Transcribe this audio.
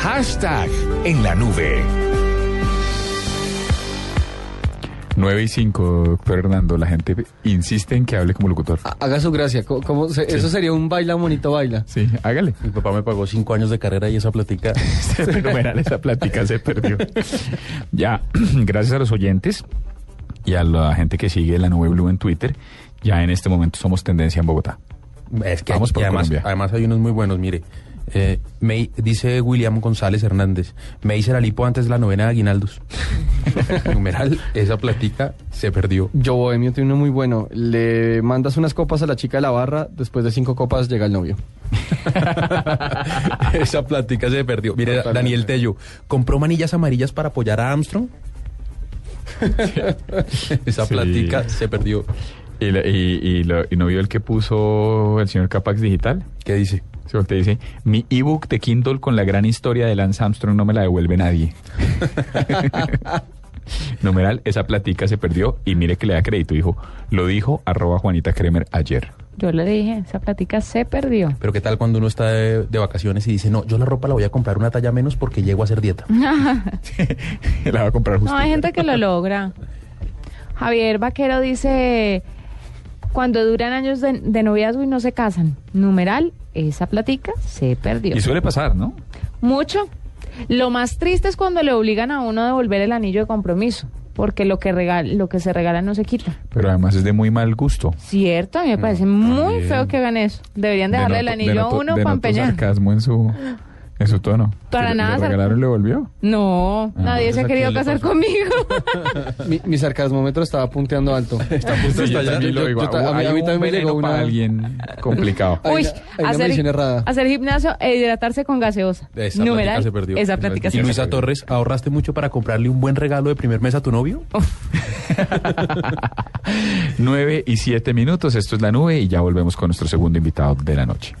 Hashtag en la nube. 9 y 5, doctor Hernando. La gente insiste en que hable como locutor. Ha- Ah, Haga su gracia. co- como se- Eso sería un baila bonito baila. Sí, hágale. Mi papá me pagó cinco años de carrera y esa plática. Este, Fenomenal, esa plática se perdió. Ya, gracias a los oyentes y a la gente que sigue la nube blue en Twitter. Ya en este momento somos tendencia en Bogotá. Es que Vamos por y además, Colombia. además hay unos muy buenos, mire. Eh, me, dice William González Hernández, me hice la lipo antes de la novena de Aguinaldos. Numeral, esa plática se perdió. Yo Bohemio tiene uno muy bueno. Le mandas unas copas a la chica de la barra, después de cinco copas llega el novio. esa plática se perdió. Mire, Totalmente. Daniel Tello, ¿compró manillas amarillas para apoyar a Armstrong? esa Sí. plática se perdió. ¿Y, la- y- y lo- y no vio el que puso el señor Capax Digital? ¿Qué dice? Se voltea y dice, mi ebook de Kindle con la gran historia de Lance Armstrong no me la devuelve nadie. Numeral, esa platica se perdió y mire que le da crédito. Dijo, lo dijo arroba Juanita Kremer ayer. Yo le dije, esa plática se perdió. Pero qué tal cuando uno está de, de vacaciones y dice, no, yo la ropa la voy a comprar una talla menos porque llego a hacer dieta. la va a comprar justo. No, hay gente que lo logra. Javier Vaquero dice, cuando duran años de, de noviazgo y no se casan, numeral, esa platica se perdió. Y suele pasar, ¿no? Mucho. Lo más triste es cuando le obligan a uno a devolver el anillo de compromiso, porque lo que, regal- lo que se regala no se quita. Pero además es de muy mal gusto. Cierto, a mí me parece muy también. feo que hagan eso. Deberían dejarle el Denoto- anillo denoto- a uno denoto para empeñar. sarcasmo en su, en su tono. Para ¿Le- nada ¿Le sarca- regalaron y le volvió? No, Ah, nadie se entonces, ¿a ha querido quién le casar pasó? conmigo. Mi, mi sarcasmómetro estaba punteando alto. Sí, yo estallar. también lo Yo- digo. yo ta- a mí- Hay a mí un también me veneno llegó para una- alguien complicado. Hay Uy, una- hay una hacer, medición errada. hacer gimnasio e hidratarse con gaseosa. Esa plática Numeral, se perdió. Esa plática se y Luisa perdió. Torres, ¿ahorraste mucho para comprarle un buen regalo de primer mes a tu novio? 9 y 7 minutos. Esto es La Nube y ya volvemos con nuestro segundo invitado de la noche.